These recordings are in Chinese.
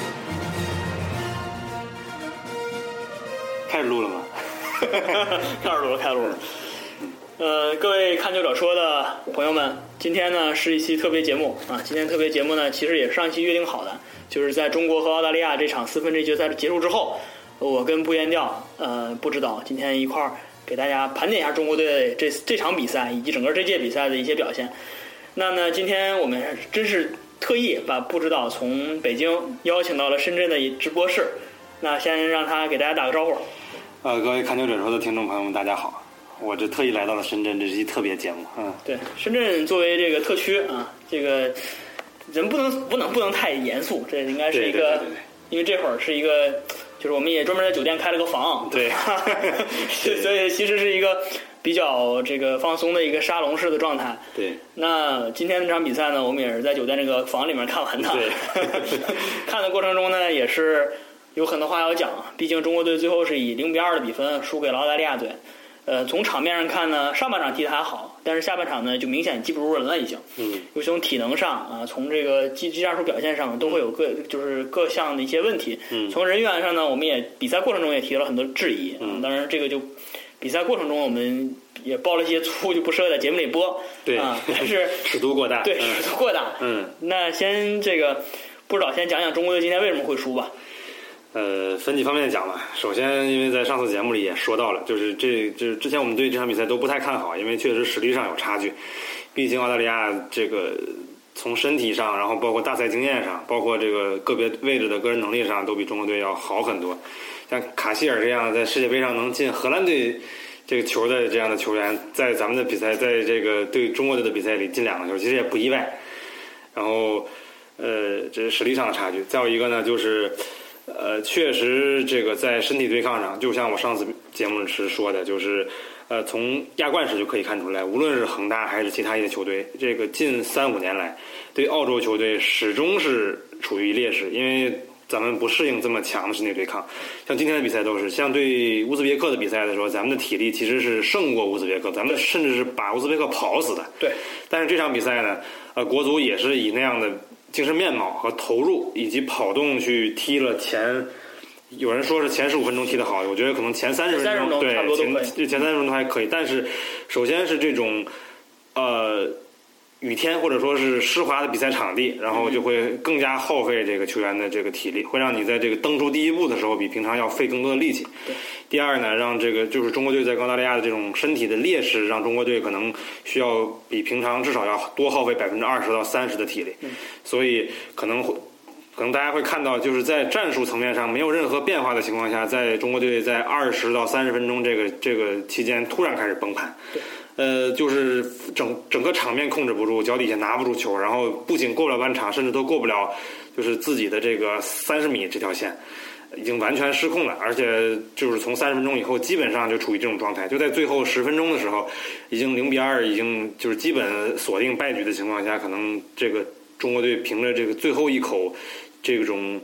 开始录了，开始录了。呃，各位看球者说的朋友们，今天呢是一期特别节目啊。今天特别节目呢，其实也是上一期约定好的，就是在中国和澳大利亚这场四分之一决赛结束之后，我跟不言调呃不指导今天一块儿给大家盘点一下中国队这这场比赛以及整个这届比赛的一些表现。那呢，今天我们真是特意把不指导从北京邀请到了深圳的一直播室，那先让他给大家打个招呼。呃，各位看球者说的听众朋友们，大家好！我这特意来到了深圳，这是一特别节目。嗯，对，深圳作为这个特区啊，这个人不能不能不能太严肃，这应该是一个，对对对对对因为这会儿是一个，就是我们也专门在酒店开了个房，对 所以所以其实是一个比较这个放松的一个沙龙式的状态。对，那今天这场比赛呢，我们也是在酒店这个房里面看完的。对 看的过程中呢，也是有很多话要讲。毕竟中国队最后是以零比二的比分输给了澳大利亚队。呃，从场面上看呢，上半场踢得还好，但是下半场呢就明显技不如人了，已经。嗯，尤其从体能上啊，从这个技技战术表现上都会有各就是各项的一些问题。嗯从人员上呢，我们也比赛过程中也提了很多质疑。嗯当然这个就比赛过程中我们也爆了一些粗，就不适合在节目里播。对嗯啊，但是尺度过大。 对嗯尺度过大。嗯，那先这个不知道，先讲讲中国队今天为什么会输吧。呃，分几方面讲吧。首先，因为在上次节目里也说到了，就是这这之前我们对这场比赛都不太看好，因为确实实力上有差距。毕竟澳大利亚这个从身体上，然后包括大赛经验上，包括这个个别位置的个人能力上，都比中国队要好很多。像卡希尔这样在世界杯上能进荷兰队这个球的这样的球员，在咱们的比赛，在这个对中国队的比赛里进两个球，其实也不意外。然后，呃，这是实力上的差距。再有一个呢，就是，呃，确实这个在身体对抗上，就像我上次节目时说的，就是，呃，从亚冠时就可以看出来，无论是恒大还是其他一些球队，这个近三五年来，对澳洲球队始终是处于劣势，因为。咱们不适应这么强的身体对抗，像今天的比赛都是，像对乌兹别克的比赛的时候，咱们的体力其实是胜过乌兹别克，咱们甚至是把乌兹别克跑死的。对， 但是这场比赛呢，呃，国足也是以那样的精神面貌和投入以及跑动去踢了前，有人说是前十五分钟踢得好，我觉得可能前三十分30分钟对差不多都可以前对前三十分钟还可以，但是首先是这种呃雨天或者说是湿滑的比赛场地，然后就会更加耗费这个球员的这个体力，会让你在这个蹬出第一步的时候比平常要费更多的力气。第二呢，让这个就是中国队在澳大利亚的这种身体的劣势，让中国队可能需要比平常至少要多耗费百分之二十到三十的体力，所以可能会。可能大家会看到，就是在战术层面上没有任何变化的情况下，在中国队在二十到三十分钟这个这个期间突然开始崩盘，呃，就是整整个场面控制不住，脚底下拿不住球，然后不仅过不了半场，甚至都过不了，就是自己的这个三十米这条线，已经完全失控了。而且就是从三十分钟以后，基本上就处于这种状态。就在最后十分钟的时候，已经零比二，已经就是基本锁定败局的情况下，可能这个中国队凭着这个最后一口这种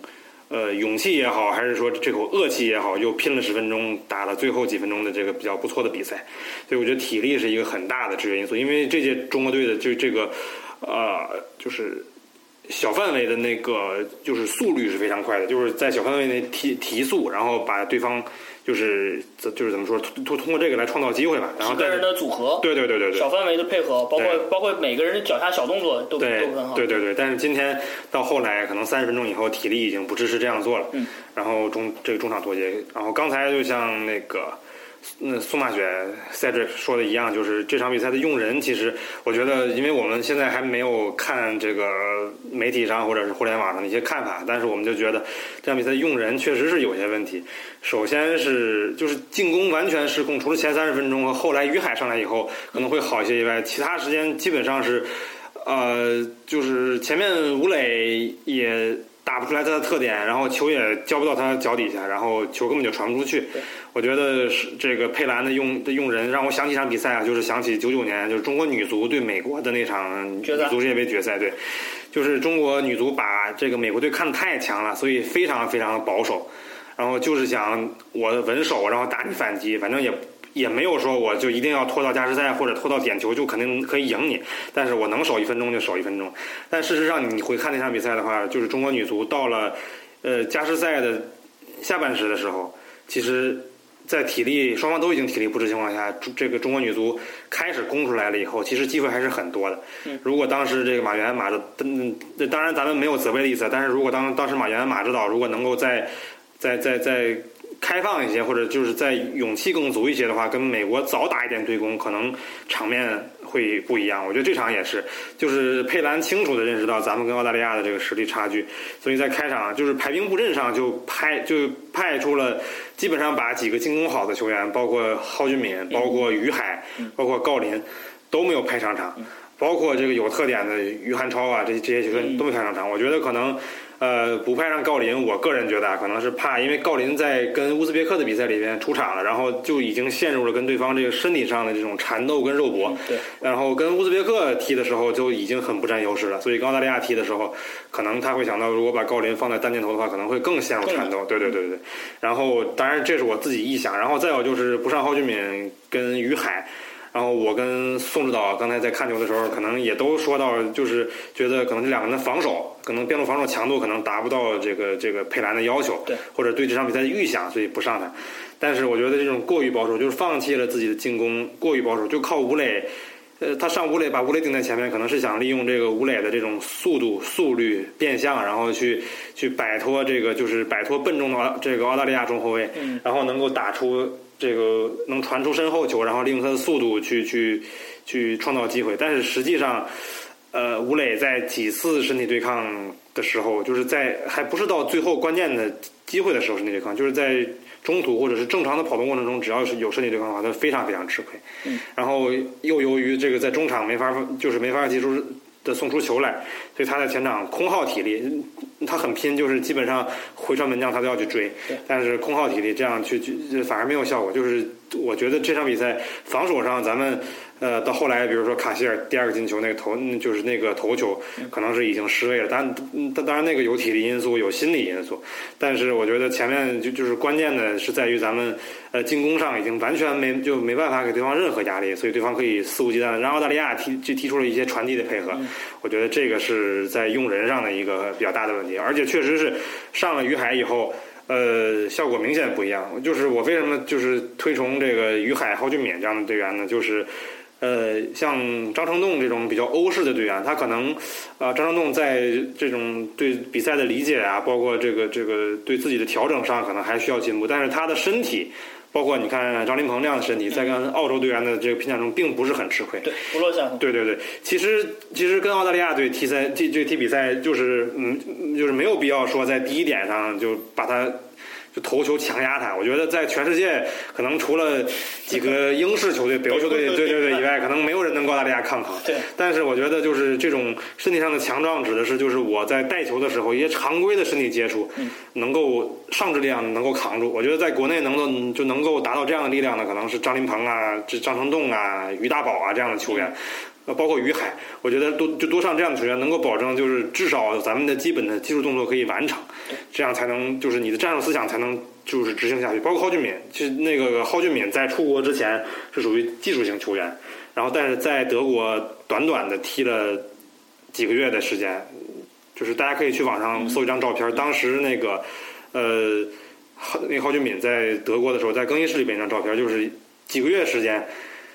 呃勇气也好，还是说这口恶气也好，又拼了十分钟，打了最后几分钟的这个比较不错的比赛。所以我觉得体力是一个很大的制约因素，因为这届中国队的就这个呃就是。小范围的那个就是速率是非常快的，就是在小范围内提提速，然后把对方就是就是怎么说，通通通过这个来创造机会吧。然后个但人是的组合，啊对对对对对，小范围的配合，包括对包括每个人的脚下小动作都都对很好。对对对，但是今天到后来，可能三十分钟以后，体力已经不支持这样做了。嗯，然后中这个中场脱节，然后刚才就像那个那苏马雪 Cedric 说的一样，就是这场比赛的用人，其实我觉得，因为我们现在还没有看这个媒体上或者是互联网上的一些看法，但是我们就觉得这场比赛用人确实是有些问题。首先是就是进攻完全失控，除了前三十分钟和后来于海上来以后可能会好一些以外，其他时间基本上是。呃，就是前面吴磊也打不出来他的特点，然后球也交不到他脚底下，然后球根本就传不出去。我觉得是这个佩兰的用的用人让我想起一场比赛啊，就是想起九九年就是中国女足对美国的那场女决赛足世界杯决赛，对，就是中国女足把这个美国队看得太强了，所以非常非常的保守，然后就是想我稳守，然后打你反击，反正也也没有说我就一定要拖到加时赛或者拖到点球就肯定可以赢你，但是我能守一分钟就守一分钟。但事实上，你回看那场比赛的话，就是中国女足到了呃加时赛的下半时的时候，其实在体力双方都已经体力不支情况下，中这个中国女足开始攻出来了以后，其实机会还是很多的。如果当时这个马原马指，嗯，当然咱们没有责备的意思，但是如果当当时马原马指导如果能够在在在在开放一些，或者就是在勇气更足一些的话，跟美国早打一点对攻，可能场面会不一样。我觉得这场也是，就是佩兰清楚的认识到咱们跟澳大利亚的这个实力差距，所以在开场就是排兵布阵上就派就派出了基本上把几个进攻好的球员，包括蒿俊闵、包括于海、包括郜林都没有派上场，包括这个有特点的于汉超啊，这这些球员都没派上场。我觉得可能。呃，不派上郜林，我个人觉得啊，可能是怕，因为郜林在跟乌兹别克的比赛里边出场了，然后就已经陷入了跟对方这个身体上的这种缠斗跟肉搏。对，然后跟乌兹别克踢的时候就已经很不占优势了，所以跟澳大利亚踢的时候，可能他会想到，如果把郜林放在单箭头的话，可能会更陷入缠斗。对对对对对。然后，当然这是我自己臆想，然后再有就是不上蒿俊闵跟于海。然后我跟宋指导刚才在看球的时候，可能也都说到，就是觉得可能这两个人的防守，可能边路防守强度可能达不到这个这个佩兰的要求，对，或者对这场比赛的预想，所以不上他。但是我觉得这种过于保守，就是放弃了自己的进攻，过于保守，就靠吴磊，呃，他上吴磊把吴磊顶在前面，可能是想利用这个吴磊的这种速度、速率、变向，然后去去摆脱这个就是摆脱笨重的澳这个澳大利亚中后卫，嗯然后能够打出这个能传出身后球，然后利用他的速度去去去创造机会。但是实际上，呃，吴磊在几次身体对抗的时候，就是在还不是到最后关键的机会的时候身体对抗，就是在中途或者是正常的跑动过程中，只要是有身体对抗的话，他非常非常吃亏。嗯、然后又由于这个在中场没法就是没法提出的送出球来，所以他在前场空耗体力，他很拼，就是基本上回传门将他都要去追对，但是空耗体力这样去去反而没有效果。就是我觉得这场比赛防守上咱们。呃，到后来，比如说卡希尔第二个进球那个头，嗯就是那个头球，嗯可能是已经失位了。但嗯但当然，那个有体力因素，有心理因素。但是我觉得前面就就是关键的是在于咱们呃进攻上已经完全没就没办法给对方任何压力，所以对方可以肆无忌惮的让澳大利亚踢就踢出了一些传递的配合。我觉得这个是在用人上的一个比较大的问题，而且确实是上了于海以后。呃，效果明显不一样。就是我为什么就是推崇这个于海、蒿俊闵这样的队员呢？就是呃，像张成栋这种比较欧式的队员，他可能，呃，张成栋在这种对比赛的理解啊，包括这个这个对自己的调整上，可能还需要进步。但是他的身体，包括你看张琳芃那样的身体，在跟澳洲队员的这个拼抢中，并不是很吃亏。对，不落下风。对对对，其实其实跟澳大利亚队踢赛踢这踢比赛，就是嗯，嗯就是没有必要说在第一点上就把他就头球强压他。我觉得在全世界可能除了几个英式球队、北欧球队，对对对对对以外，可能没有人能跟澳大利亚抗衡。对，但是我觉得就是这种身体上的强壮，指的是就是我在带球的时候一些常规的身体接触，能够上肢力量能够扛住。我觉得在国内能够就能够达到这样的力量的，可能是张琳芃啊、这张成栋啊、于大宝啊这样的球员。呃，包括于海，我觉得多就多上这样的球员，能够保证就是至少咱们的基本的技术动作可以完成，这样才能就是你的战术思想才能就是执行下去。包括蒿俊闵，其实那个蒿俊闵在出国之前是属于技术型球员，然后但是在德国短短的踢了几个月的时间，就是大家可以去网上搜一张照片，当时那个呃，蒿那个蒿俊闵在德国的时候，在更衣室里边一张照片，就是几个月时间。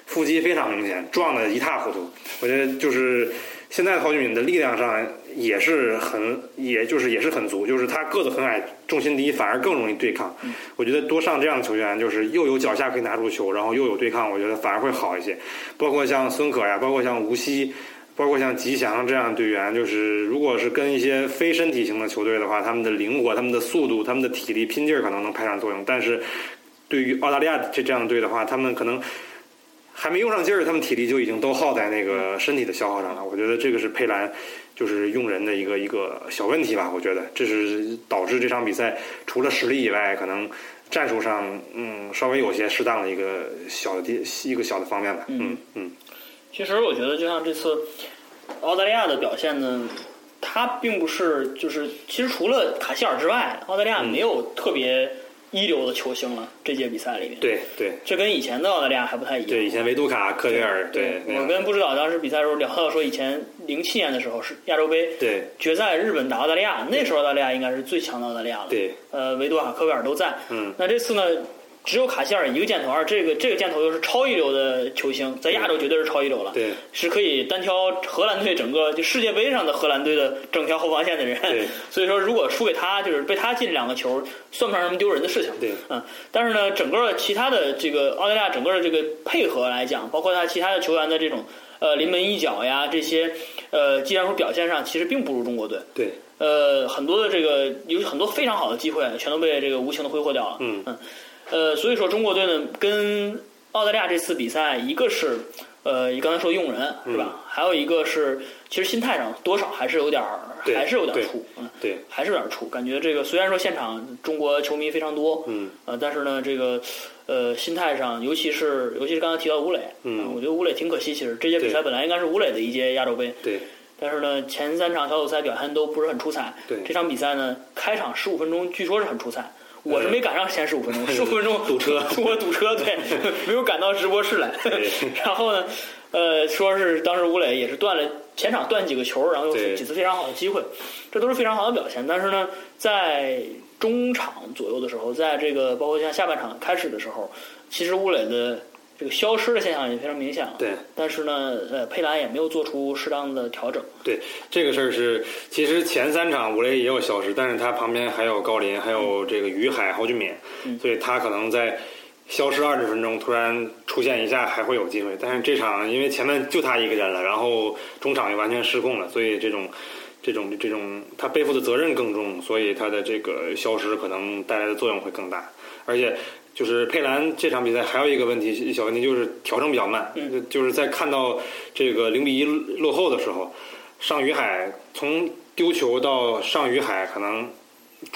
腹肌非常明显，壮得一塌糊涂。我觉得就是现在郝俊敏的力量上也是很，也就是也是很足，就是他个子很矮，重心低，反而更容易对抗。我觉得多上这样的球员，就是又有脚下可以拿住球，然后又有对抗，我觉得反而会好一些。包括像孙可呀，包括像吴曦。包括像吉祥啊这样的队员，就是如果是跟一些非身体型的球队的话，他们的灵活、他们的速度、他们的体力拼劲儿可能能派上作用。但是，对于澳大利亚这这样的队的话，他们可能还没用上劲儿，他们体力就已经都耗在那个身体的消耗上了。我觉得这个是佩兰就是用人的一个一个小问题吧。我觉得这是导致这场比赛除了实力以外，可能战术上嗯稍微有些适当的一个小的地一个小的方面吧。嗯嗯，其实我觉得，就像这次澳大利亚的表现呢，它并不是就是，其实除了卡希尔之外，澳大利嗯亚没有特别一流的球星了。这届比赛里面，对对这跟以前的澳大利亚还不太一样。对，以前维杜卡、克雷尔对对，那我样跟不知道当时比赛的时候聊到说，以前零七年的时候是亚洲杯对决赛，日本打澳大利亚，那时候澳大利亚应该是最强的澳大利亚了。对呃，维多卡、科威尔都在。嗯那这次呢，只有卡希尔一个箭头，而这个这个箭头又是超一流的球星，在亚洲绝对是超一流了，对是可以单挑荷兰队整个就世界杯上的荷兰队的整条后防线的人对。 所以说，如果输给他，就是被他进两个球，算不上什么丢人的事情。对，嗯，但是呢，整个其他的这个澳大利亚整个的这个配合来讲，包括他其他的球员的这种呃临门一脚呀这些呃技战术表现上，其实并不如中国队。对，呃，很多的这个有很多非常好的机会，全都被这个无情的挥霍掉了。嗯呃，所以说中国队呢，跟澳大利亚这次比赛，一个是呃，你刚才说用人嗯是吧？还有一个是，其实心态上多少还是有点儿，对还是有点儿对怵，嗯，对，还是有点儿怵。感觉这个虽然说现场中国球迷非常多，嗯，呃，但是呢，这个呃心态上，尤其是尤其是刚才提到吴磊，嗯呃我觉得吴磊挺可惜。其实这届比赛对本来应该是吴磊的一届亚洲杯，对，但是呢，前三场小组赛表现都不是很出彩。对这场比赛呢，开场十五分钟据说是很出彩，我是没赶上前十五 分钟，十五分钟嗯堵车 我堵车， 对，没有赶到直播室来。然后呢，呃，说是当时吴磊也是断了前场断几个球，然后有对几次非常好的机会，这都是非常好的表现。但是呢，在中场左右的时候，在这个包括像下半场开始的时候，其实吴磊的这个消失的现象也非常明显了。对。但是呢，呃，佩兰也没有做出适当的调整。对这个事儿是，其实前三场吴磊也有消失，但是他旁边还有高林，还有这个于海、郝俊敏，所以他可能在消失二十分钟，突然出现一下还会有机会。但是这场因为前面就他一个人了，然后中场就完全失控了，所以这种这种这种他背负的责任更重，所以他的这个消失可能带来的作用会更大，而且。就是佩兰这场比赛还有一个问题，小问题就是调整比较慢，嗯就是在看到这个零比一落后的时候，上于海从丢球到上于海，可能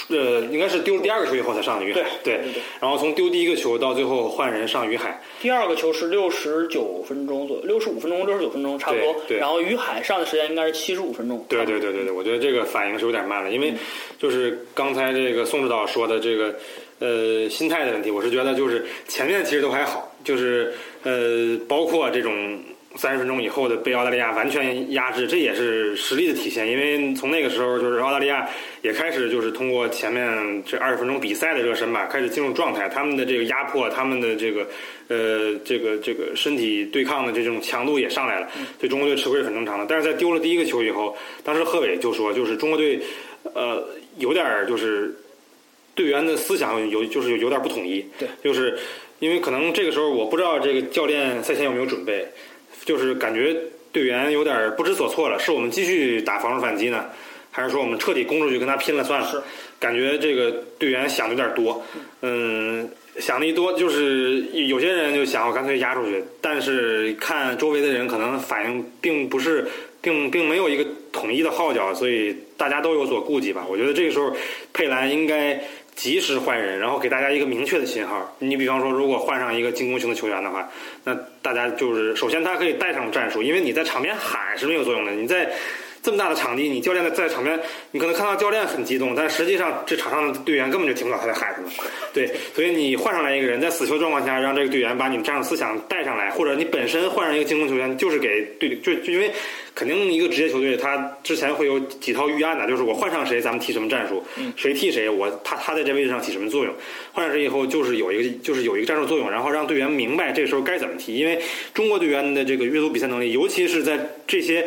呃应该是丢了第二个球以后才上于海，对对对对然后从丢第一个球到最后换人上于海，第二个球是六十九分钟左右，六十五分钟、六十九分钟差不多对。对然后于海上的时间应该是七十五分钟。对对对对对，我觉得这个反应是有点慢了，因为嗯就是刚才这个宋指导说的这个呃心态的问题，我是觉得就是前面其实都还好，就是呃包括这种。三十分钟以后的被澳大利亚完全压制，这也是实力的体现。因为从那个时候，就是澳大利亚也开始就是通过前面这二十分钟比赛的热身吧，开始进入状态。他们的这个压迫，他们的这个呃这个这个身体对抗的这种强度也上来了，对中国队吃亏是很正常的。但是在丢了第一个球以后，当时贺炜就说，就是中国队呃有点儿就是队员的思想有就是有有点不统一，对，就是因为可能这个时候我不知道这个教练赛前有没有准备，就是感觉队员有点不知所措了，是我们继续打防守反击呢，还是说我们彻底攻出去跟他拼了算了？是，感觉这个队员想的有点多，嗯。想的一多，就是有些人就想我干脆压出去，但是看周围的人可能反应并不是，并并没有一个统一的号角，所以大家都有所顾忌吧。我觉得这个时候佩兰应该及时换人，然后给大家一个明确的信号。你比方说，如果换上一个进攻型的球员的话，那大家就是首先他可以带上战术，因为你在场边喊是没有作用的。你在这么大的场地，你教练在在场边，你可能看到教练很激动，但实际上这场上的队员根本就听不到他在喊什么。对，所以你换上来一个人，在死球状况下，让这个队员把你的战术思想带上来，或者你本身换上一个进攻球员，就是给队就就因为肯定一个职业球队，他之前会有几套预案的，就是我换上谁，咱们踢什么战术，谁替谁，我他他在这位置上起什么作用，换上谁以后就是有一个就是有一个战术作用，然后让队员明白这个时候该怎么踢，因为中国队员的这个阅读比赛能力，尤其是在这些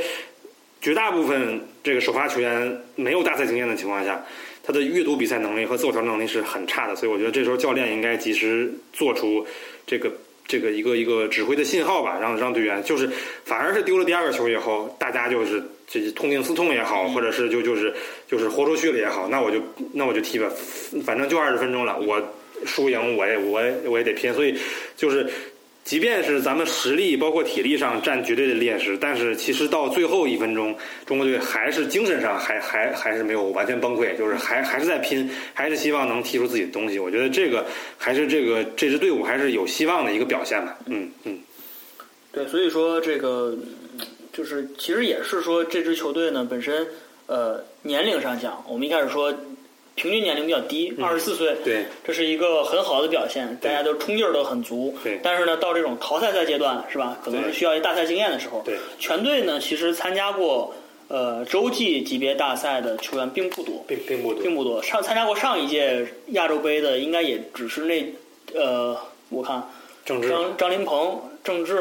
绝大部分这个首发球员没有大赛经验的情况下，他的阅读比赛能力和自我调整能力是很差的，所以我觉得这时候教练应该及时做出这个这个一个一个指挥的信号吧，让让队员就是反而是丢了第二个球以后，大家就是这痛定思痛也好，或者是就就是就是豁出去了也好，那我就那我就踢吧，反正就二十分钟了，我输赢我也我也我也得拼，所以就是即便是咱们实力包括体力上占绝对的劣势，但是其实到最后一分钟，中国队还是精神上还还还是没有完全崩溃，就是还还是在拼，还是希望能踢出自己的东西。我觉得这个还是这个这支队伍还是有希望的一个表现吧。嗯嗯，对，所以说这个嗯就是其实也是说这支球队呢本身呃年龄上讲，我们一开始说平均年龄比较低，二十四岁。嗯对这是一个很好的表现，大对家都冲劲儿都很足。对但是呢，到这种淘汰赛阶段是吧？可能是对需要一大赛经验的时候。对全队呢其实参加过呃洲际级别大赛的球员并不多，并并不多并不多。上参加过上一届亚洲杯的，应该也只是那呃，我看郑智张张琳芃、郑智，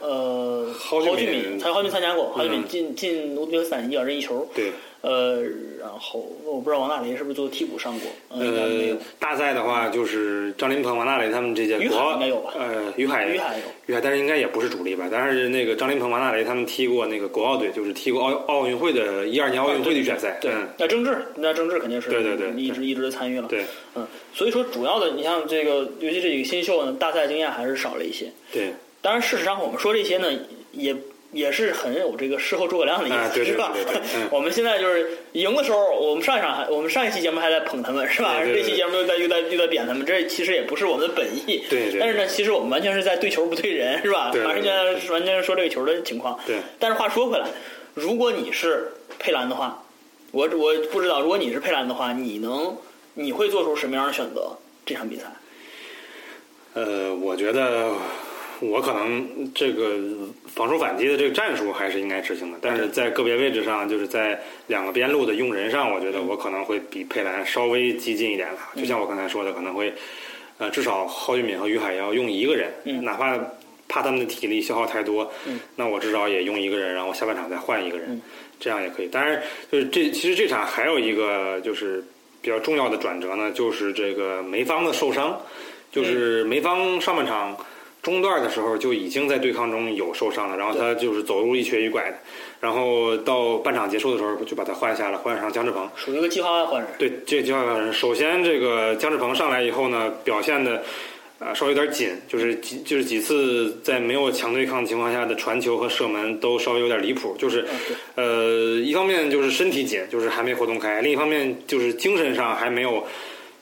呃，郝郝俊俊敏敏，还有郝俊参加过，郝俊敏嗯进进乌兹别克斯坦一脚任意球，对，呃，然后我不知道王大雷是不是做替补上过，呃，应该没呃有，，大赛的话就是张琳芃、王大雷他们这届于海国奥应该有吧呃，于海于海有，于海，但是应该也不是主力吧？但是那个张琳芃、王大雷他们踢过那个国奥队，就是踢过奥奥运会的一二年奥运会的预选赛。对嗯，那郑智，那郑智肯定是对对对一直一直参与了，对嗯，所以说主要的，你像这个，尤其这几个新秀呢，大赛经验还是少了一些。对当然，事实上我们说这些呢，也也是很有这个事后诸葛亮的意思，啊对对是吧？对对对嗯 我们现在就是赢的时候，我们上一场还我们上一期节目还在捧他们，是吧？对对对这期节目又在又在又在贬他们，这其实也不是我们的本意。对对但是呢，其实我们完全是在对球不对人，是吧？对对完全是完全是说这个球的情况。对但是话说回来，如果你是佩兰的话，我我不知道，如果你是佩兰的话，你能你会做出什么样的选择？这场比赛，呃，我觉得我可能这个防守反击的这个战术还是应该执行的，但是在个别位置上，就是在两个边路的用人上，我觉得我可能会比佩兰稍微激进一点了。就像我刚才说的，可能会呃，至少郝俊敏和于海要用一个人，嗯哪怕怕他们的体力消耗太多，嗯那我至少也用一个人，然后下半场再换一个人，嗯这样也可以。当然，就是这其实这场还有一个就是比较重要的转折呢，就是这个梅方的受伤，就是梅方上半场。中段的时候就已经在对抗中有受伤了，然后他就是走路一瘸一拐的，然后到半场结束的时候就把他换下了，换上姜志鹏。属于一个计划外换人。对，这就要首先这个姜志鹏上来以后呢，表现的呃稍微有点紧，就是几就是几次在没有强对抗的情况下的传球和射门都稍微有点离谱，就是嗯对呃一方面就是身体紧，就是还没活动开；另一方面就是精神上还没有。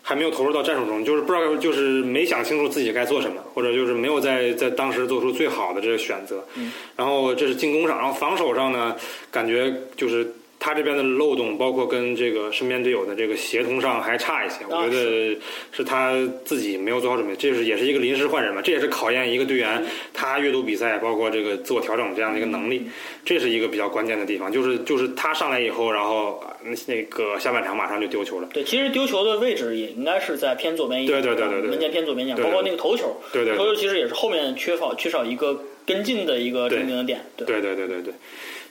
还没有投入到战术中，就是不知道，就是没想清楚自己该做什么，或者就是没有在在当时做出最好的这个选择。然后这是进攻上，然后防守上呢，感觉就是他这边的漏洞，包括跟这个身边队友的这个协同上还差一些。我觉得是他自己没有做好准备，这是也是一个临时换人嘛，这也是考验一个队员他阅读比赛，包括这个自我调整这样的一个能力，这是一个比较关键的地方。就是就是他上来以后，然后呃那那个下半场马上就丢球了。对，其实丢球的位置也应该是在偏左边一点，对对对对对门将偏左边一点，对包对括那个头球，对对对头球其实也是后面缺少缺少一个跟进的一个对正经的点，对，对对对对对，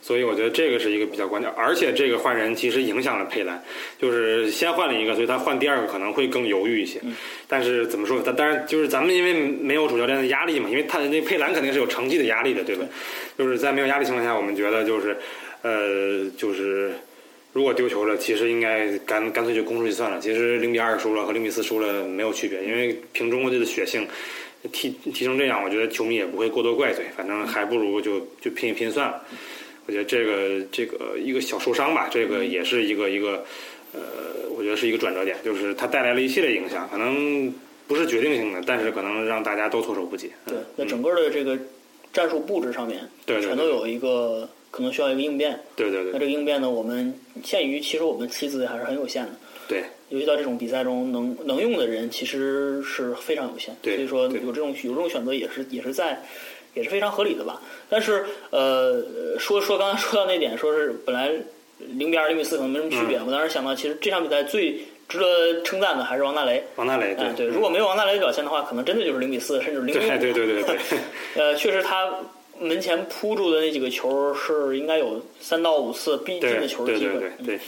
所以我觉得这个是一个比较关键，而且这个换人其实影响了佩兰，就是先换了一个，所以他换第二个可能会更犹豫一些。但是怎么说，但当然就是咱们因为没有主教练的压力嘛，因为他那佩兰肯定是有成绩的压力的，对吧？就是在没有压力情况下，我们觉得就是呃就是。如果丢球了，其实应该干干脆就攻出去算了。其实零比二输了和零比四输了没有区别，因为凭中国队的血性，踢踢成这样，我觉得球迷也不会过多怪罪，反正还不如就就拼一拼算了。我觉得这个这个一个小受伤吧，这个也是一个一个呃，我觉得是一个转折点，就是它带来了一系列影响，可能不是决定性的，但是可能让大家都措手不及。对嗯，那整个的这个战术布置上面，对对对全都有一个可能需要一个应变，对对那对这个应变呢，我们限于其实我们棋子还是很有限的，对尤其到这种比赛中能能用的人其实是非常有限，所对以说对有这种有这种选择也是也是在也是非常合理的吧。但是呃，说说刚才说到那点，说是本来零比二、零比四可能没什么区别，嗯我当时想到其实这场比赛最值得称赞的还是王大雷。王大雷，哎，对嗯对，如果没有王大雷的表现的话，可能真的就是零比四，甚至零比对五。对对对 对，呃，确实他门前扑住的那几个球是应该有三到五次必进对的球的对机对会。对对，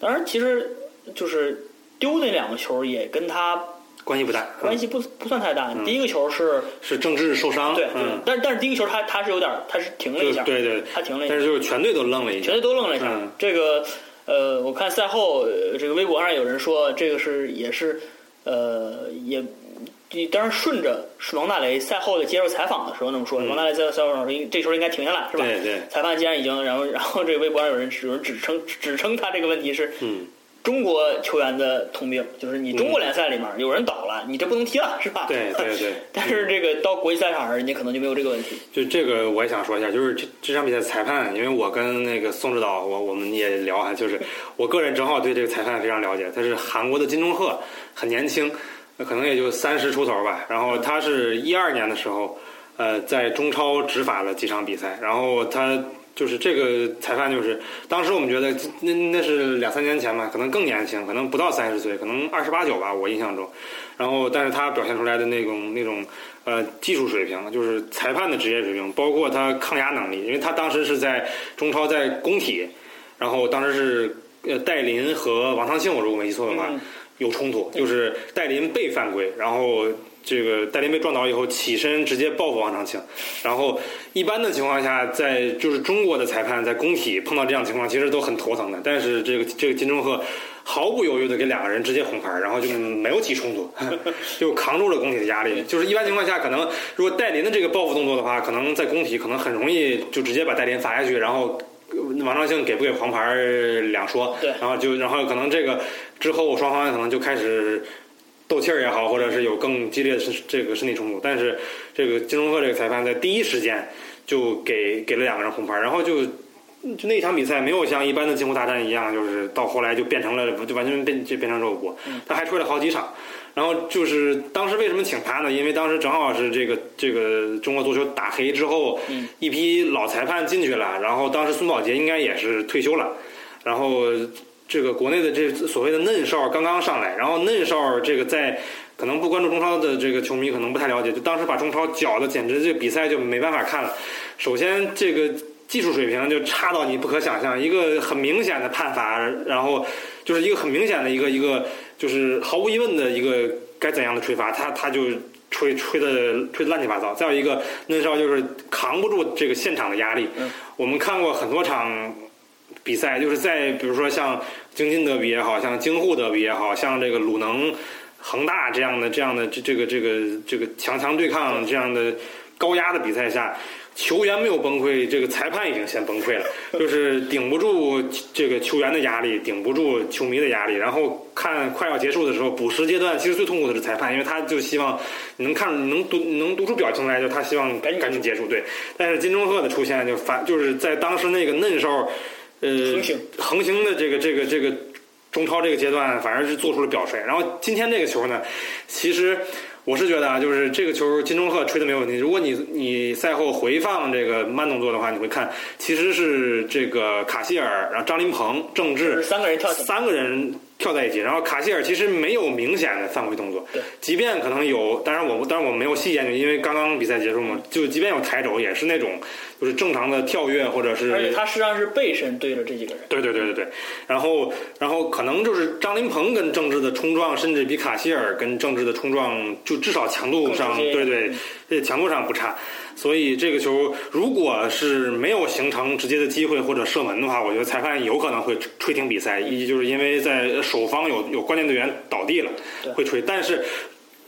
当然，其实就是丢那两个球也跟他关系不大，嗯关系不不算太大。第一个球是是郑智受伤，对，对嗯，但是但是第一个球他他是有点儿他是停了就一下，嗯对对，他停了一下但是就是全队都愣了一全下队，都愣了一下。嗯这个呃，我看赛后呃这个微博上有人说这个是也是呃也。当然，顺着呃王大雷赛后的接受采访的时候那么说，王大雷在赛后上说，应这球应该停下来，是吧？嗯对对裁判既然已经，然后然后这个微博上有人有人指称 指称他这个问题是嗯。中国球员的通病，就是你中国联赛里面有人倒了，你这不能踢了，是吧？嗯对对对 但是这个到国际赛场上，人家可能就没有这个问题。就这个我也想说一下，就是这这场比赛裁判，因为我跟那个宋指导，我我们也聊啊，就是我个人正好对这个裁判非常了解，他是韩国的金钟赫，很年轻，呃可能也就三十出头吧。然后他是一二年的时候，呃，在中超执法了几场比赛，然后他就是这个裁判，就是当时我们觉得那那是两三年前吧，可能更年轻，可能不到三十岁，可能二十八九吧，我印象中。然后，但是他表现出来的那种那种呃技术水平，就是裁判的职业水平，包括他抗压能力，因为他当时是在中超在工体，然后当时是呃戴琳和王长庆，我如果没记错的话。嗯有冲突，就是戴琳被犯规，然后这个戴琳被撞倒以后起身直接报复王长庆，然后一般的情况下，在就是中国的裁判在工体碰到这样情况，其实都很头疼的，但是这个这个金钟赫毫不犹豫的给两个人直接红牌，然后就没有起冲突， 就扛住了工体的压力。就是一般情况下，可能如果戴琳的这个报复动作的话，可能在工体可能很容易就直接把戴琳罚下去，然后。呃王长庆给不给黄牌儿两说，对然后就然后可能这个之后双方可能就开始斗气儿也好，或者是有更激烈的身这个身体冲突，但是这个金钟赫这个裁判在第一时间就给给了两个人红牌，然后就就那场比赛没有像一般的近乎大战一样，就是到后来就变成了就完全变就变成肉搏，他还吹了好几场。然后就是当时为什么请他呢？因为当时正好是这个这个中国足球打黑之后，嗯一批老裁判进去了，然后当时孙宝杰应该也是退休了，然后这个国内的这所谓的嫩哨刚刚上来，然后嫩哨这个在可能不关注中超的这个球迷可能不太了解，就当时把中超搅的简直这个比赛就没办法看了。首先这个技术水平就差到你不可想象，一个很明显的判罚，然后就是一个很明显的一个一个就是毫无疑问的一个该怎样的吹罚，他他就吹吹的吹的乱七八糟。再有一个嫩少就是扛不住这个现场的压力，嗯我们看过很多场。比赛就是在比如说像京津德比也好像京沪德比也好像这个鲁能、恒大这样的这样的这这个这个这个强强对抗这样的高压的比赛下，球员没有崩溃，这个裁判已经先崩溃了，就是顶不住这个球员的压力，顶不住球迷的压力。然后看快要结束的时候，补时阶段其实最痛苦的是裁判，因为他就希望你能看你能读你能读出表情来，就是他希望赶紧赶紧结束。对，但是金钟赫的出现就反就是在当时那个嫩哨，呃，横行横行的这个这个这个中超这个阶段，反而是做出了表率。然后今天这个球呢，其实我是觉得啊，就是这个球金钟赫吹的没有问题。如果你你赛后回放这个慢动作的话，你会看其实是这个卡希尔，然后张琳芃、郑就是智三个人跳起来，三个人跳在一起，然后卡希尔其实没有明显的犯规动作对，即便可能有，当然我当然我没有细研究，因为刚刚比赛结束嘛，就即便有抬肘，也是那种就是正常的跳跃或者是而且他实际上是背身对着这几个人。对对对对对，然后然后可能就是张琳芃跟郑智的冲撞，甚至比卡希尔跟郑智的冲撞，就至少强度上，更直接对对嗯，这强度上不差。所以这个球如果是没有形成直接的机会或者射门的话，我觉得裁判有可能会吹吹停比赛，一就是因为在守方有有关键队员倒地了对，会吹，但是。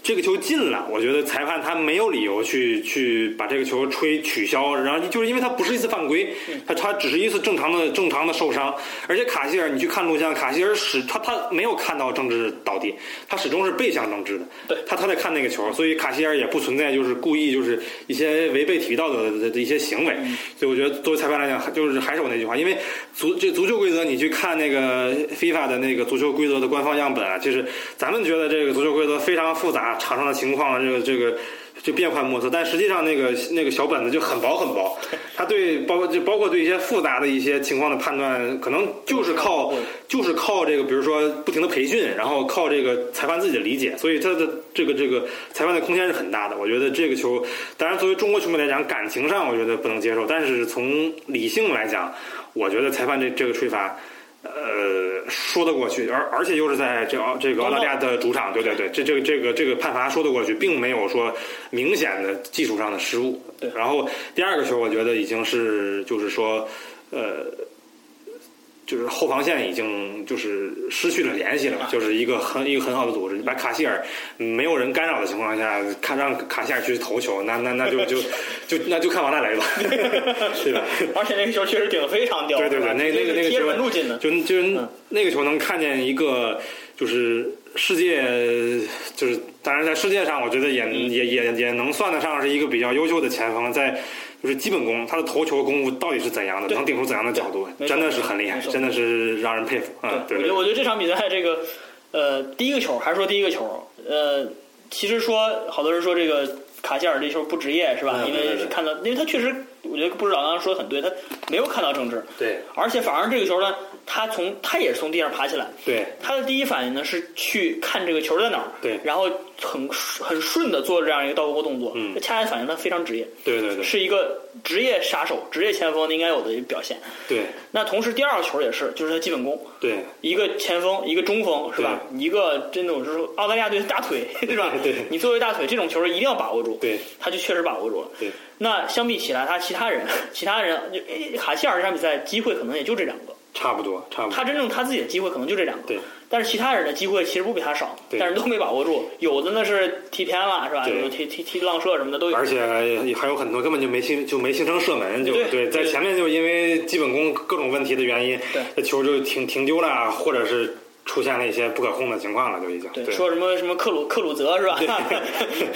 这个球进了，我觉得裁判他没有理由去去把这个球吹取消，然后就是因为他不是一次犯规，他他只是一次正常的正常的受伤，而且卡希尔你去看录像，卡希尔始他他没有看到郑智倒地，他始终是背向郑智的，对他他在看那个球，所以卡希尔也不存在就是故意就是一些违背体育道德的的一些行为，所以我觉得作为裁判来讲，就是还是我那句话，因为足这足球规则，你去看那个 FIFA 的那个足球规则的官方样本啊，就是咱们觉得这个足球规则非常复杂，场上的情况这个这个。就变幻莫测，但实际上那个那个小本子就很薄很薄，他对包括就包括对一些复杂的一些情况的判断，可能就是靠对就是靠这个，比如说不停的培训，然后靠这个裁判自己的理解，所以他的这个这个裁判的空间是很大的。我觉得这个球，当然作为中国球迷来讲，感情上我觉得不能接受，但是从理性来讲，我觉得裁判这这个吹罚。呃，说得过去，而而且又是在这澳这个澳大利亚的主场，对对对，这这个这个这个判罚说得过去，并没有说明显的技术上的失误。对然后第二个球，我觉得已经是就是说，呃，就是后防线已经就是失去了联系了，就是一个很一个很好的组织，把卡希尔没有人干扰的情况下，看让卡希尔去投球，那那那就就就那就看王大雷吧， 对吧？ 而且那个球确实顶得非常刁，对对是吧对，那那个那个球贴着门柱进的，就就是那个球能看见一个就是世界，就是当然在世界上，我觉得也、嗯也也也能算得上是一个比较优秀的前锋，在就是基本功，他的头球功夫到底是怎样的，对能顶出怎样的角度，没错真的是很厉害没，错真的是让人佩服。嗯，对我觉对得，我觉得这场比赛这个，呃，第一个球还是说第一个球，呃，其实说好多人说这个卡希尔这球不职业是吧？嗯因对对为对看到，因为他确实我觉得布指导当时说的很对，他没有看到郑智，对而且反而这个球呢，他从他也是从地上爬起来，对他的第一反应呢是去看这个球在哪儿，对然后很很顺的做这样一个倒钩动作，嗯这恰恰反映他非常职业，对对对是一个职业杀手、职业前锋应该有的表现。对那同时第二个球也是，就是他基本功，对一个前锋，一个中锋，是吧？一个真的，我是说澳大利亚队的大腿， 对吧？对对你作为大腿，这种球一定要把握住。对，他就确实把握住了。对，那相比起来，他其他人， 其他人就诶卡希尔这场比赛机会可能也就这两个，差不多差不多。他真正他自己的机会可能就这两个。对，但是其他人的机会其实不比他少，对但是都没把握住，有的那是踢偏了，是吧？对有的踢踢踢浪射什么的都有。而且还有很多根本就没形就没形成射门，就对对在前面就因为基本功各种问题的原因对，这球就停停丢了，啊或者是出现了一些不可控的情况了，就已经。对对，，说什么什么克鲁克鲁泽是吧？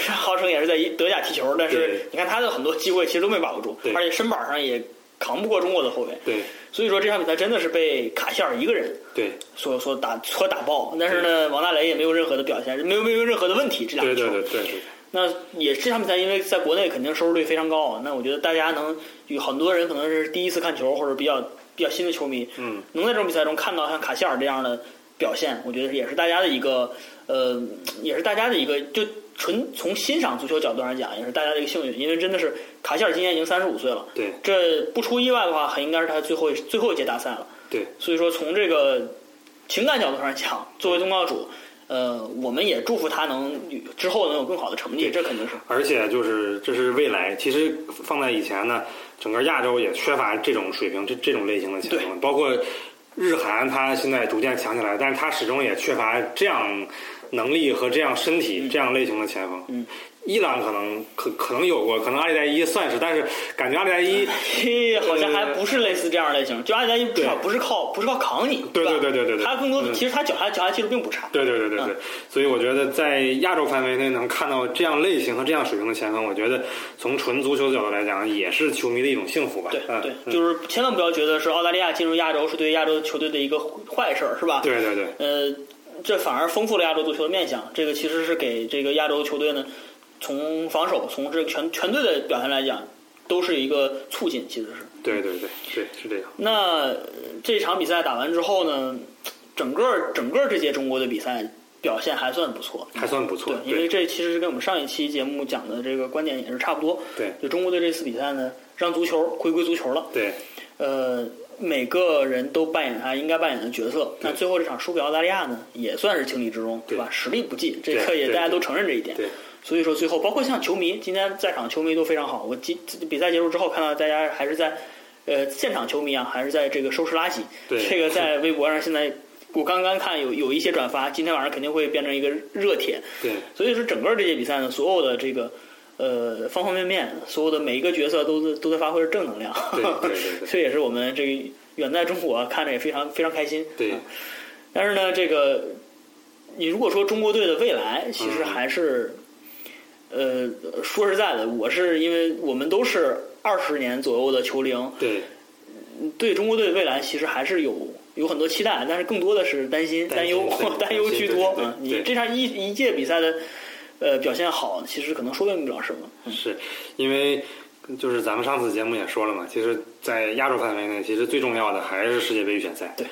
号称也是在一德甲踢球，但是对你看他的很多机会其实都没把握住对，而且身板上也扛不过中国的后卫，对所以说这场比赛真的是被卡希尔一个人对所所打所打爆。但是呢，王大雷也没有任何的表现，没有没有任何的问题，这两对个球。对对对对那也这场比赛，因为在国内肯定收视率非常高，啊那我觉得大家能有很多人可能是第一次看球或者比较比较新的球迷，嗯，能在这种比赛中看到像卡希尔这样的表现，我觉得也是大家的一个呃，也是大家的一个就纯从欣赏足球角度上讲，也是大家的一个幸运，因为真的是卡希尔今年已经三十五岁了，对这不出意外的话，很应该是他最后一最后一届大赛了。对所以说从这个情感角度上讲，作为东道主，呃，我们也祝福他能之后能有更好的成绩，对这肯定是。而且就是这是未来，其实放在以前呢，整个亚洲也缺乏这种水平，这这种类型的前锋，包括日韩，他现在逐渐强起来，但是他始终也缺乏这样能力和这样身体、这样类型的前锋。嗯，伊朗可能可可能有过，可能阿里代伊算是，但是感觉阿里代嗯伊，嘿，好像还不是类似这样类型，就阿加伊至少对不是靠不是靠扛你，对吧对对对对对他更多的嗯嗯其实他脚下脚下技术并不差。对对对对对，所以我觉得在亚洲范围内能看到这样类型和这样水平的前锋，我觉得从纯足球角度来讲，也是球迷的一种幸福吧。对嗯对，嗯就是千万不要觉得是澳大利亚进入亚洲是对亚洲球队的一个坏事儿，是吧？对对对。呃，这反而丰富了亚洲足球的面相。这个其实是给这个亚洲球队呢，从防守，从这个全全队的表现来讲，都是一个促进，其实是。对对对对，是这样。那呃这场比赛打完之后呢，整个整个这届中国的比赛表现还算不错。嗯还算不错对，，因为这其实跟我们上一期节目讲的这个观点也是差不多。对就中国队这次比赛呢，让足球回归足球了。对呃，每个人都扮演他应该扮演的角色。对那最后这场输给澳大利亚呢，也算是情理之中，对吧？实力不济，这对个也对大家都承认这一点。对所以说最后，包括像球迷，今天在场球迷都非常好。我今比赛结束之后，看到大家还是在，呃，现场球迷啊，还是在这个收拾垃圾。对这个在微博上现在，我刚刚看有有一些转发，今天晚上肯定会变成一个热帖。对所以说，整个这届比赛呢，所有的这个呃方方面面，所有的每一个角色都在都在发挥着正能量。对 对对对这也是我们这个远在中国啊看着也非常非常开心。啊对但是呢，这个你如果说中国队的未来，其嗯实还是、呃说实在的，我是因为我们都是二十年左右的球龄，对对中国队未来其实还是有有很多期待，但是更多的是担心、担担忧心、对担忧担心居对多。对嗯，对你这场一一届比赛的呃表现好，其实可能说明不了什么。对，是因为就是咱们上次节目也说了嘛，其实，在亚洲范围内，其实最重要的还是世界杯预选赛。对。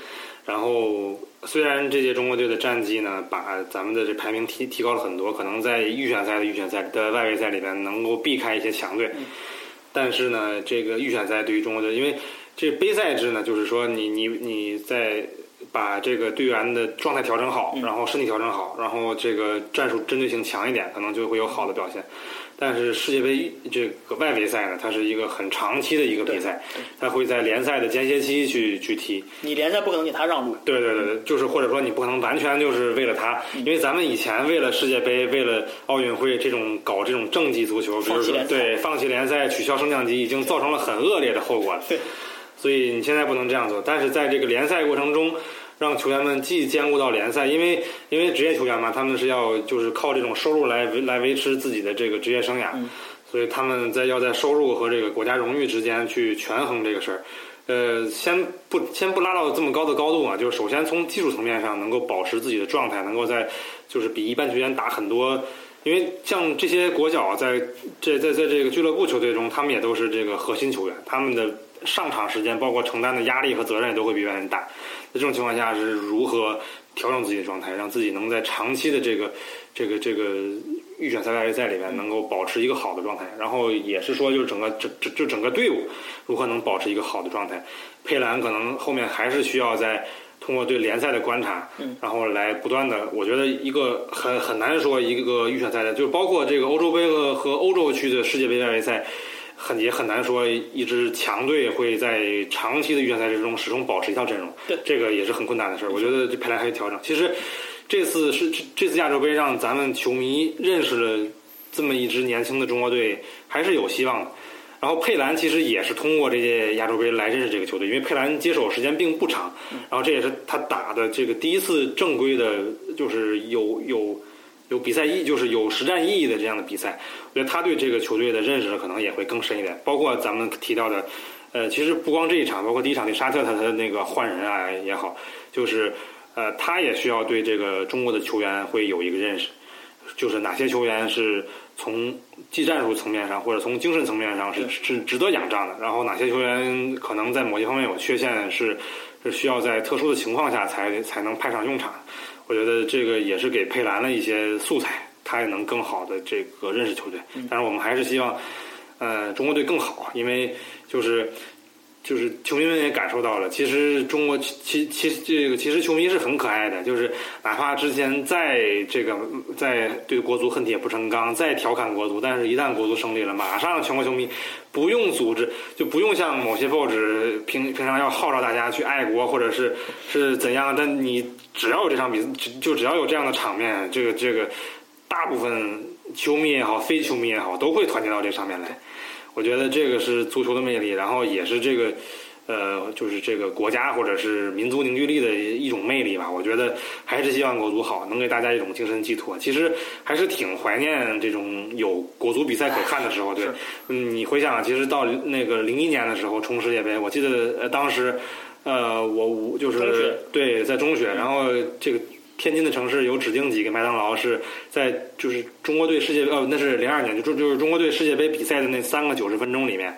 然后，虽然这届中国队的战绩呢，把咱们的这排名提提高了很多，可能在预选赛的预选赛的外围赛里边能够避开一些强队，但是呢，这个预选赛对于中国队，因为这杯赛制呢，就是说你你你在把这个队员的状态调整好，然后身体调整好，然后这个战术针对性强一点，可能就会有好的表现。但是世界杯这个外围赛呢，它是一个很长期的一个比赛，它会在联赛的间歇期去去踢。你联赛不可能给他让路，对对对，对，就是或者说你不可能完全就是为了他，嗯因为咱们以前为了世界杯、为了奥运会这种搞这种政绩足球，比放如弃说联赛对放弃联赛、取消升降级，已经造成了很恶劣的后果了。对，所以你现在不能这样做。但是在这个联赛过程中，让球员们既兼顾到联赛，因为因为职业球员嘛，他们是要就是靠这种收入来维来维持自己的这个职业生涯，嗯所以他们在要在收入和这个国家荣誉之间去权衡这个事儿。呃，先不先不拉到这么高的高度啊，就是首先从技术层面上能够保持自己的状态，能够在就是比一般球员打很多因为像这些国脚啊在这在在这个俱乐部球队中，他们也都是这个核心球员，他们的上场时间包括承担的压力和责任也都会比外人大。在这种情况下，是如何调整自己的状态，让自己能在长期的这个这个这个预选赛、外围赛里面能够保持一个好的状态？然后也是说，就是整个整整就整个队伍如何能保持一个好的状态？佩兰可能后面还是需要在。通过对联赛的观察，然后来不断的，我觉得一个很很难说一个预选赛的，就是包括这个欧洲杯和和欧洲区的世界杯外围赛，很也很难说一支强队会在长期的预选赛之中始终保持一套阵容，对这个也是很困难的事儿。我觉得这佩莱还得调整。其实这次是这这次亚洲杯让咱们球迷认识了这么一支年轻的中国队，还是有希望的。然后佩兰其实也是通过这届亚洲杯来认识这个球队，因为佩兰接手时间并不长，然后这也是他打的这个第一次正规的，就是有有有比赛意，就是有实战意义的这样的比赛。我觉得他对这个球队的认识可能也会更深一点，包括咱们提到的，呃，其实不光这一场，包括第一场对沙特他的那个换人啊也好，就是呃，他也需要对这个中国的球员会有一个认识，就是哪些球员是。从技战术层面上，或者从精神层面上是是值得仰仗的。然后哪些球员可能在某些方面有缺陷，是是需要在特殊的情况下才才能派上用场。我觉得这个也是给佩兰了一些素材，他也能更好的这个认识球队。但是我们还是希望，呃，中国队更好，因为就是就是球迷们也感受到了，其实中国其其实这个其实球迷是很可爱的，就是哪怕之前再这个再对国足恨铁不成钢，再调侃国足，但是一旦国足胜利了，马上全国球迷不用组织，就不用像某些报纸平平常要号召大家去爱国或者是是怎样，但你只要有这场比赛，只就只要有这样的场面，这个这个大部分球迷也好，非球迷也好，都会团结到这上面来。我觉得这个是足球的魅力，然后也是这个，呃，就是这个国家或者是民族凝聚力的一种魅力吧。我觉得还是希望国足好，能给大家一种精神寄托。其实还是挺怀念这种有国足比赛可看的时候。对是，嗯，你回想，其实到那个零一年的时候冲世界杯，我记得呃当时，呃，我我就中学是对在中学，然后这个。天津的城市有指定几个麦当劳是在就是中国队世界呃那是零二年就就就是中国队世界杯比赛的那三个九十分钟里面，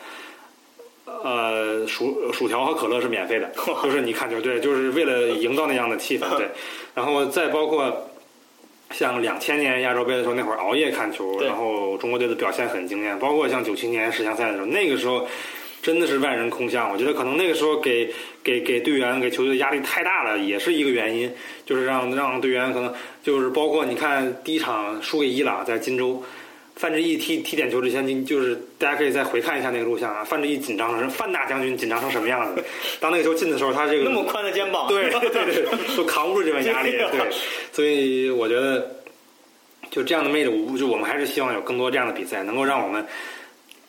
呃薯薯条和可乐是免费的， 就是你看球对，就是为了营造那样的气氛对，然后再包括像两千年亚洲杯的时候那会儿熬夜看球，对然后中国队的表现很惊艳，包括像九七年十强赛的时候那个时候。真的是万人空巷，我觉得可能那个时候给给给队员给球队压力太大了，也是一个原因。就是让让队员可能就是包括你看第一场输给伊朗在金州，范志毅踢踢点球之前，你就是大家可以再回看一下那个录像啊，范志毅紧张成范大将军紧张成什么样子？当那个球进的时候，他 这个那么宽的肩膀，嗯 对对对，对，就扛不住这份压力。对，所以我觉得就这样的魅力，我就我们还是希望有更多这样的比赛，能够让我们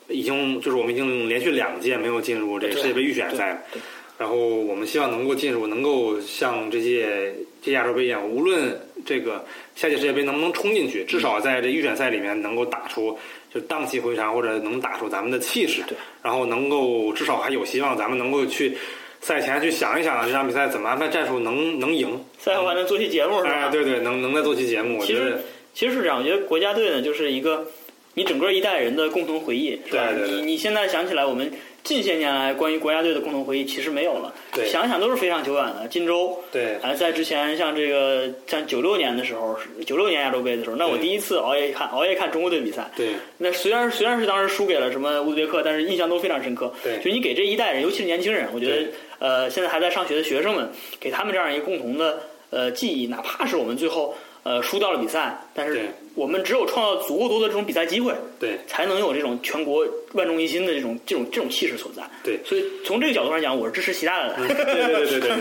已经就是我们已经连续两届没有进入这个对世界杯预选赛了对对。然后我们希望能够进入，能够像这届这亚洲杯一样，无论这个下届世界杯能不能冲进嗯去，至少在这预选赛里面能够打出就荡气回肠，或者能打出咱们的气势。对，然后能够至少还有希望，咱们能够去赛前去想一想这场比赛怎么安排战术能能赢。赛后还能做期节目是吧？哎，对对，能能再做期节目，我其觉实得其实是这样，我觉得国家队呢就是一个你整个一代人的共同回忆，是吧？对对对你你现在想起来，我们近些年来关于国家队的共同回忆其实没有了，对想想都是非常久远的。金州，对哎，在之前像这个像九六年的时候，九六年亚洲杯的时候，那我对第一次熬夜看熬夜看中国队比赛，对那虽然虽然是当时输给了什么乌兹别克，但是印象都非常深刻。对就你给这一代人，尤其是年轻人，我觉得对呃，现在还在上学的学生们，给他们这样一个共同的呃记忆，哪怕是我们最后呃输掉了比赛，但是对我们只有创造足够多的这种比赛机会，对才能有这种全国万众一心的这种这种这种气势所在。对所以从这个角度上讲，我是支持习大大的。对对对对对对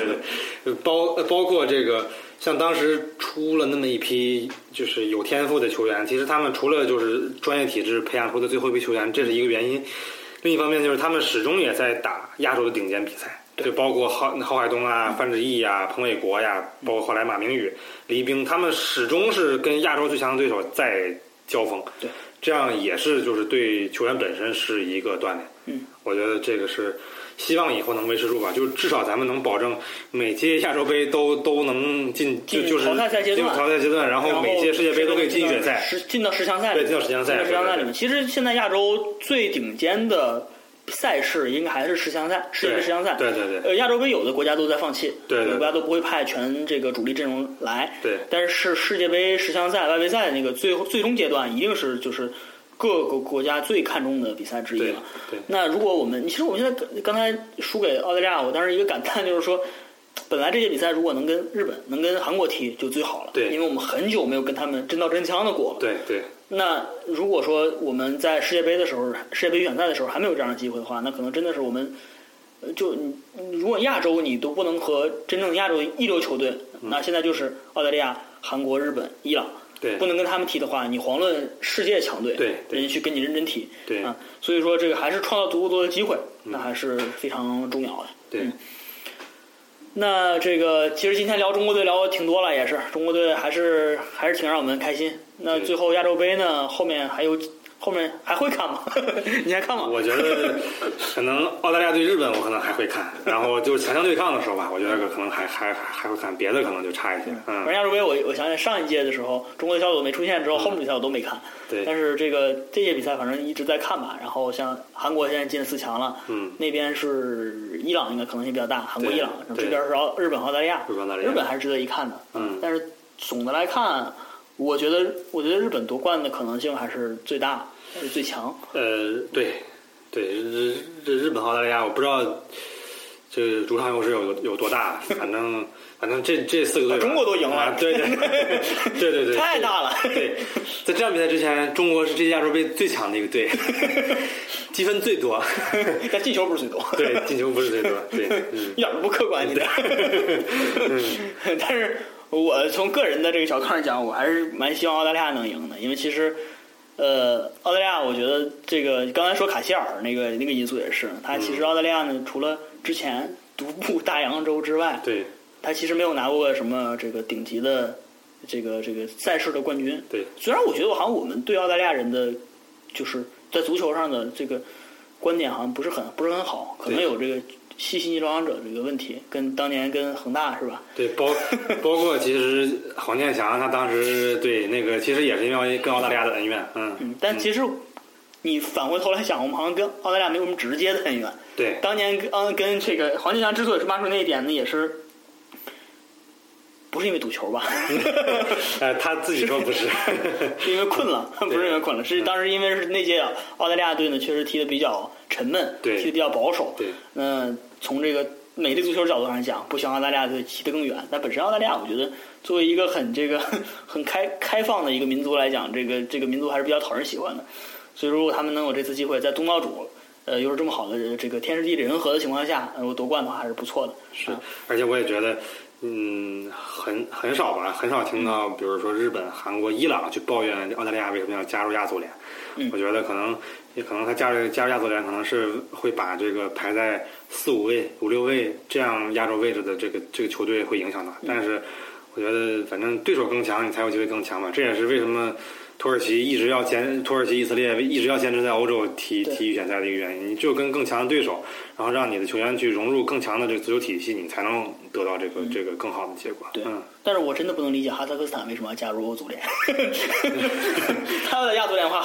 对， 包呃包括这个，像当时出了那么一批就是有天赋的球员，其实他们除了就是专业体制培养出的最后一批球员，这是一个原因。另一方面就是他们始终也在打亚洲的顶尖比赛，就包括郝郝海东嗯啊、范志毅啊、彭伟国呀、包括后来马明宇、黎兵，他们始终是跟亚洲最强的对手在交锋。对，这样也是就是对球员本身是一个锻炼。嗯，我觉得这个是希望以后能维持住吧。就是至少咱们能保证每届亚洲杯都都能进，就进就是嗯淘汰赛阶段进淘汰阶段，然然后后每届世界杯都可以进预选赛。十进到十强赛里对进到十强赛进到十强赛里面。其实现在亚洲最顶尖的赛事应该还是十强赛，世界杯对十强赛。对对对呃，亚洲杯有的国家都在放弃，对对对有的国家都不会派全这个主力阵容来。对但是世界杯十强赛、外围赛那个最后最终阶段，一定是就是各个国家最看重的比赛之一对了。对那如果我们，其实我们现在刚才输给澳大利亚，我当时一个感叹就是说，本来这届比赛如果能跟日本、能跟韩国踢就最好了，对因为我们很久没有跟他们真刀真枪的过了。对对那如果说我们在世界杯的时候、世界杯预选赛的时候还没有这样的机会的话，那可能真的是我们呃就你你如果亚洲你都不能和真正亚洲一流球队，嗯那现在就是澳大利亚、韩国、日本、伊朗。对不能跟他们踢的话，你遑论世界强队，对对人家去跟你认真踢，对啊，所以说这个还是创造足够多的机会，那还是非常重要的。嗯对嗯那这个其实今天聊中国队聊的挺多了，也是中国队还是还是挺让我们开心。那最后亚洲杯呢，后面还有后面还会看吗？ 你还看吗？ 我觉得可能澳大利亚对日本我可能还会 看，然后就是强强对抗的时候吧，我觉得可能还还还还会看，别的可能就差一些。反正嗯，亚洲杯我我想起上一届的时候，中国队小组没出现之后，后面比赛我都没看。对但是这个这届比赛反正一直在看吧。然后像韩国现在进了四强了，嗯那边是伊朗，应该可能性比较大，韩国、对伊朗，然后对这边是澳日本、澳大利亚，日本澳大利亚日本还是值得一看的。嗯但是总的来看，我觉得我觉得日本夺冠的可能性还是最大，还是最强。呃，对对，日日日本澳大利亚，我不知道这个主场优势有有有多大，反正 反正这这四个队吧，把中国都赢了啊对对对对对，太大了 对，在这场比赛之前，中国是这届亚洲杯最强的一个 队，积分最多。 但进球不是最多，对，进球不是最多， 对，嗯一，点都不客观，你的。 但是我从个人的这个角度上讲，我还是蛮希望澳大利亚能赢的，因为其实，呃，澳大利亚，我觉得这个刚才说卡希尔那个那个因素也是，他其实嗯澳大利亚呢，除了之前独步大洋洲之外，对他其实没有拿过什么这个顶级的这个这个赛事的冠军。对虽然我觉得好像我们对澳大利亚人的就是在足球上的这个观点好像不是很不是很好，可能对有这个悉尼流浪者这个问题，跟当年跟恒大是吧？对，包包括其实黄健翔他当时对那个其实也是因为跟澳大利亚的恩怨，嗯嗯，，但其实你反过头来想，我们好像跟澳大利亚没有什么直接的恩怨。 对当年跟嗯跟这个黄健翔之所以是骂出那一点呢，也是不是因为赌球吧？ 呃，他自己说不是，是因为困了， 不是因为困了，是当时因为是那届澳大利亚队呢，确实踢得比较沉闷，对踢得比较保守。对，那从这个美丽足球角度上讲，不希望澳大利亚队踢得更远。但本身澳大利亚，我觉得作为一个很这个很开开放的一个民族来讲，这个这个民族还是比较讨人喜欢的。所以如果他们能有这次机会，在东道主，呃，又是这么好的这个天时地利人和的情况下，如果夺冠的话，还是不错的。是啊，而且我也觉得，嗯，很很少吧，很少听到，比如说日本、韩国、伊朗去抱怨澳大利亚为什么要加入亚足联。嗯我觉得可能，也可能他加入加入亚足联，可能是会把这个排在四五位、五六位这样亚洲位置的这个这个球队会影响到。嗯但是我觉得，反正对手更强，你才有机会更强嘛。这也是为什么。土耳其一直要坚，土耳其、以色列一直要坚持在欧洲踢对踢预选赛的一个原因。你只有跟更强的对手，然后让你的球员去融入更强的这个足球体系，你才能得到这个、这个更好的结果。嗯对嗯，但是我真的不能理解哈萨克斯坦为什么要加入 欧足联。他要在亚足联的话，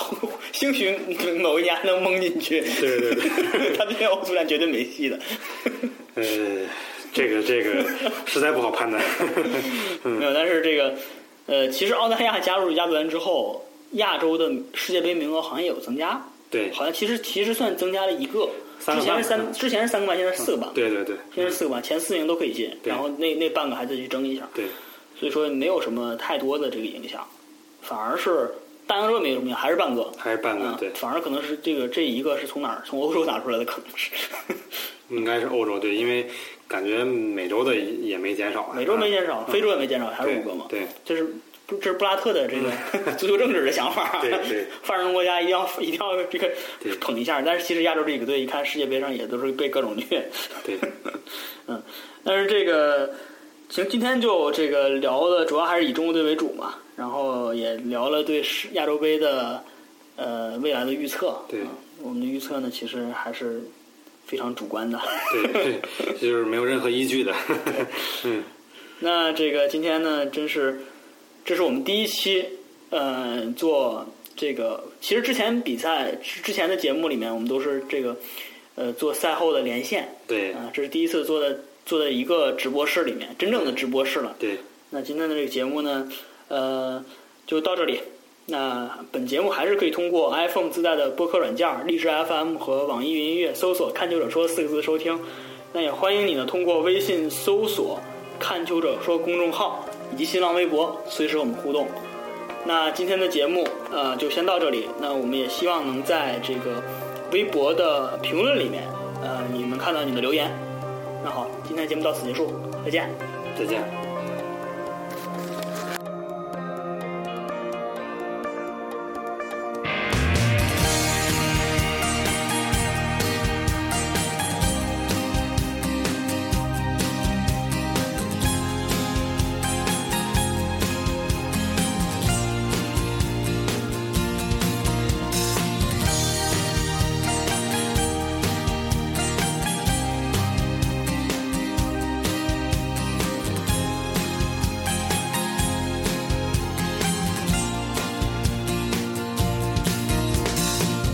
兴许某一年能蒙进去。对对对， 他进欧足联绝对没戏的。呃，这个这 个实在不好判断。 嗯没有，但是这个，呃，其实澳大利亚加入亚足联之后，亚洲的世界杯名额好像也有增加，对好像其实其实算增加了一个，三之个前半是三，嗯之前是三个半，现在是四个半，对对对现在是四个半，前四名都可以进，对然后那那半个还得去争一下，对所以说没有什么太多的这个影响，反而是大洋洲没有什么影响，还是半个。还是半个嗯，对，反而可能是这个这一个是从哪儿从欧洲打出来的，可能 是应该是欧洲队，因为感觉美洲的也没减少啊，美洲没减少，嗯非洲也没减少，还是对五个嘛。对这是布这是布拉特的这个足球政治的想法。嗯对对， 发展中国家一定要一定要这个对捧一下，但是其实亚洲这几个队一看世界杯上也都是被各种虐。对， 嗯，但是这个行，今天就这个聊的主要还是以中国队为主嘛，然后也聊了对世亚洲杯的呃未来的预测。对嗯我们的预测呢，其实还是非常主观的。对对， 这就是没有任何依据的。 嗯，那这个今天呢，真是这是我们第一期，呃，做这个。其实之前比赛之之前的节目里面，我们都是这个呃做赛后的连线对啊、这是第一次做的做在一个直播室里面，真正的直播室了。对，那今天的这个节目呢，呃，就到这里。那本节目还是可以通过 iPhone 自带的播客软件儿、荔枝 FM 和网易云音乐搜索“看球者说”四个字收听。那也欢迎你呢通过微信搜索“看球者说”公众号以及新浪微博随时和我们互动。那今天的节目呃就先到这里。那我们也希望能在这个微博的评论里面，呃，你们看到你的留言。那好，今天的节目到此结束，再见。再见。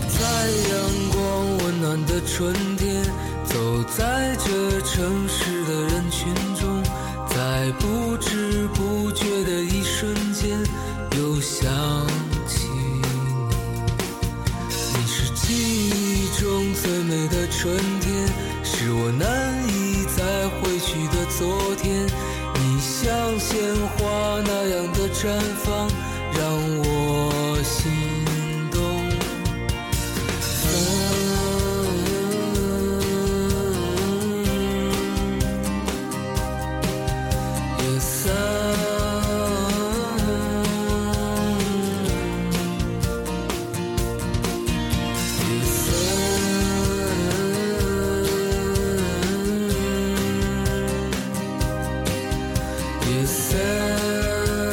在阳光温暖的春天，走在这城市的人群中，在不知不觉的一瞬间，又想起你。你是记忆中最美的春天，是我难以再回去的昨天。你像鲜花那样的绽放，让我心动。嗯，夜色，夜色。夜色。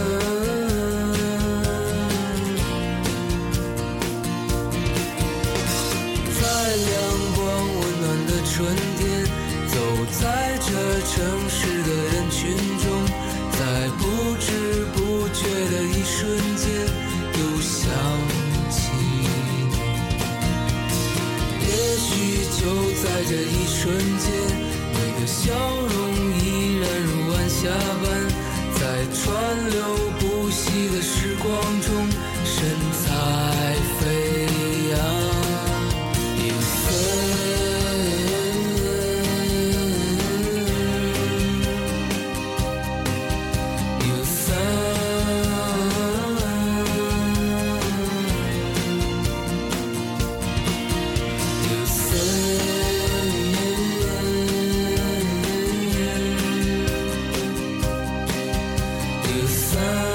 在阳光温暖的春天，走在这城市的人群中，在不知不觉的一瞬间，又想起你。也许就在这一瞬间，你的笑容依然如晚霞般，在川流不息的时光中，神采飞扬。夜色，夜色，夜色，夜色。